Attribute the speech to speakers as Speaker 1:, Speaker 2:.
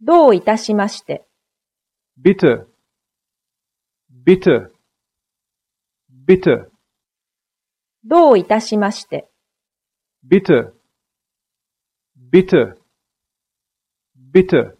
Speaker 1: どういたしまして。
Speaker 2: Bitte, bitte, bitte,
Speaker 1: どういたしまして。
Speaker 2: bitte, bitte, bitte.